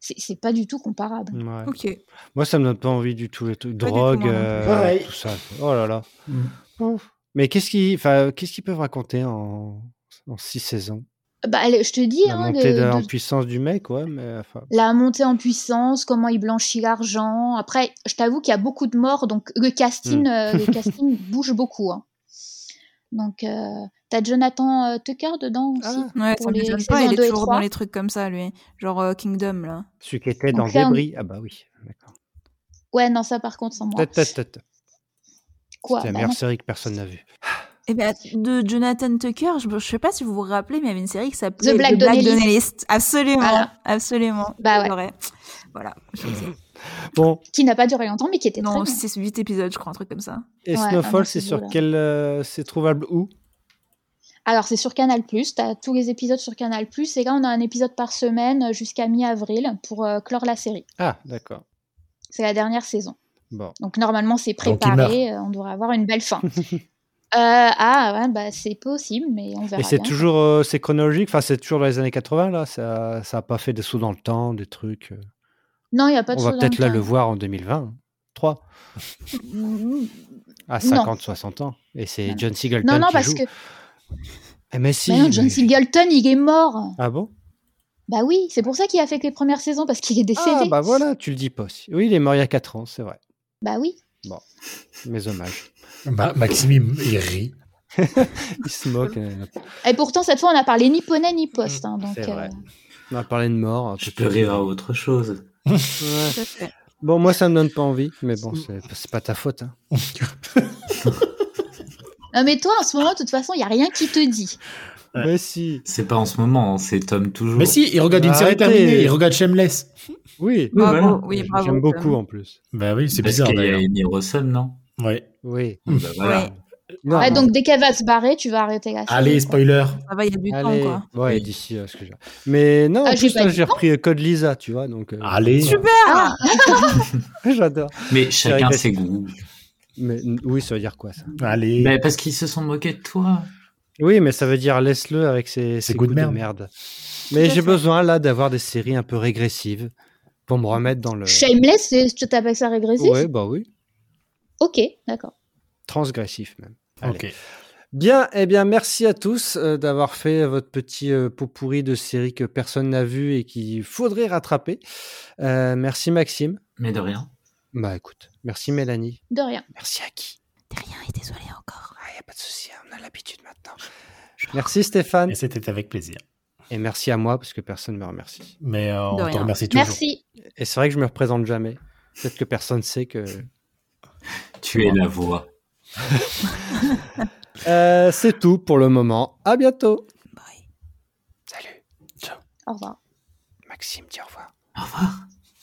c'est c'est pas du tout comparable. Ouais. Ok. Moi, ça me donne pas envie du tout. le truc. Pas du tout, Drogue, moi non plus. euh, Pareil. tout ça. Oh là là. Mm. Ouf. Mais qu'est-ce qu'ils enfin, qu'est-ce qu'ils peuvent raconter en, en six saisons Bah, le- je te dis, La hein, le- montée de- en de- puissance du mec, ouais, mais enfin. la montée en puissance, comment il blanchit l'argent. Après, je t'avoue qu'il y a beaucoup de morts, donc le Mm. casting, euh, le casting bouge beaucoup. hein. Donc, euh, t'as Jonathan euh, Tucker dedans aussi. Ah, Ouais, Pour ça les m'étonne pas. saisons Il est deux et toujours dans trois. les trucs comme ça, lui. Genre euh, Kingdom là. celui qui était dans Donc là, on- Débris. Ah bah oui, d'accord. Ouais, non, ça par contre, sans moi. Tête, tête, tête. Quoi Ah C'est la Bah meilleure non. série que personne n'a vue. Eh Et ben de Jonathan Tucker, je, je sais pas si vous vous rappelez, mais il y avait une série qui s'appelait The Black Donnelly. Donnellist. Absolument, Voilà. absolument. Bah ouais. J'adorais. Voilà. Je sais. Bon, Qui n'a pas duré longtemps, mais qui était Non, très bien. 6 8 épisodes, je crois, un truc comme ça. et Ouais, ah Snowfall, non, c'est c'est sur beau, là. quel. euh, c'est trouvable où Alors, c'est sur Canal+, t'as tous les épisodes sur Canal+, et là, on a un épisode par semaine euh, jusqu'à mi-avril pour euh, clore la série. Ah, d'accord. C'est la dernière saison. Bon. Donc, normalement, c'est Donc, il meurt. préparé, euh, on devrait avoir une belle fin. Euh, ah, ouais, bah, c'est possible, mais on verra Et c'est bien. toujours. euh, c'est chronologique Enfin, c'est toujours dans les années 80, là Ça ça a pas fait des sauts dans le temps, des trucs. euh. Non, il n'y a pas de On va saut dans peut-être là temps. le voir en 2020. 3 Mm. hein. à Non. 50, 60 ans. Et c'est Non. John Singleton Non, non, qui parce joue. que Eh mais si, bah non, mais- John Singleton, il est mort. Ah bon Bah oui, c'est pour ça qu'il a fait que les premières saisons, parce qu'il est décédé. Ah bah voilà, tu le dis pas. aussi. Oui, il est mort il y a 4 ans, c'est vrai. Bah oui. Mes hommages. Ma- Maxime, il, il rit. Il se moque. euh, Et pourtant, cette fois, on n'a parlé ni poney ni poste. hein, donc, Mm, C'est vrai. euh, On a parlé de mort. un Je peu peux plus. rire hein. à autre chose. Ouais. Tout à fait. Bon, moi, ça me donne pas envie. Mais bon, c'est c'est pas ta faute. hein. euh, Non, mais toi, en ce moment, de toute façon, il n'y a rien qui te dit. Ouais. Mais si. C'est pas en ce moment, hein, c'est Tom toujours. Mais si, il regarde une série Arrêtez. terminée, il regarde Shameless. Oui. Oui, voilà. Bravo, oui, bravo. J'aime Tom. beaucoup en plus. Bah oui, c'est Parce bizarre qu'il y a d'ailleurs. Hmm. Amy Rossum, non Ouais. Oui. Ah bah voilà. Ouais. Non, Ouais, Ah, non. donc, dès qu'elle va se barrer, tu vas arrêter la série. Allez, quoi. spoiler. Ça va, il y a du Allez. temps, Ouais, Oui. d'ici euh, ce que j'ai. Mais non, en Ah, j'ai plus, pas là, dit j'ai repris euh, Code Lisa, tu vois. Donc, euh, Allez. quoi. j'adore. Mais chacun régressif. ses goûts. Mais oui, ça veut dire quoi ça Allez. Mais parce qu'ils se sont moqués de toi. Oui, mais ça veut dire laisse-le avec ses, ses goûts de merde. Mais Tout à j'ai fait. besoin là d'avoir des séries un peu régressives pour me remettre dans le. Shameless, c'est- tu t'appelles ça régressif Ouais, bah oui, Ok, d'accord. transgressif même. Allez. Ok. Bien, eh bien, merci à tous euh, d'avoir fait votre petit euh, pot pourri de séries que personne n'a vu et qu'il faudrait rattraper. Euh, merci Maxime. Mais de rien. Bah écoute, merci Mélanie. De rien. Merci à qui T'es rien et désolé encore. Ah, y a pas de souci, on a l'habitude maintenant. Merci Stéphane Et c'était avec plaisir. et merci à moi parce que personne me remercie. Mais euh, De on te rien. remercie toujours. Merci. Et c'est vrai que je me représente jamais. Peut-être que personne sait que. Tu es la voix. Euh, c'est tout pour le moment. À bientôt. Bye. Salut. Au revoir. Maxime, dis au revoir. Au revoir.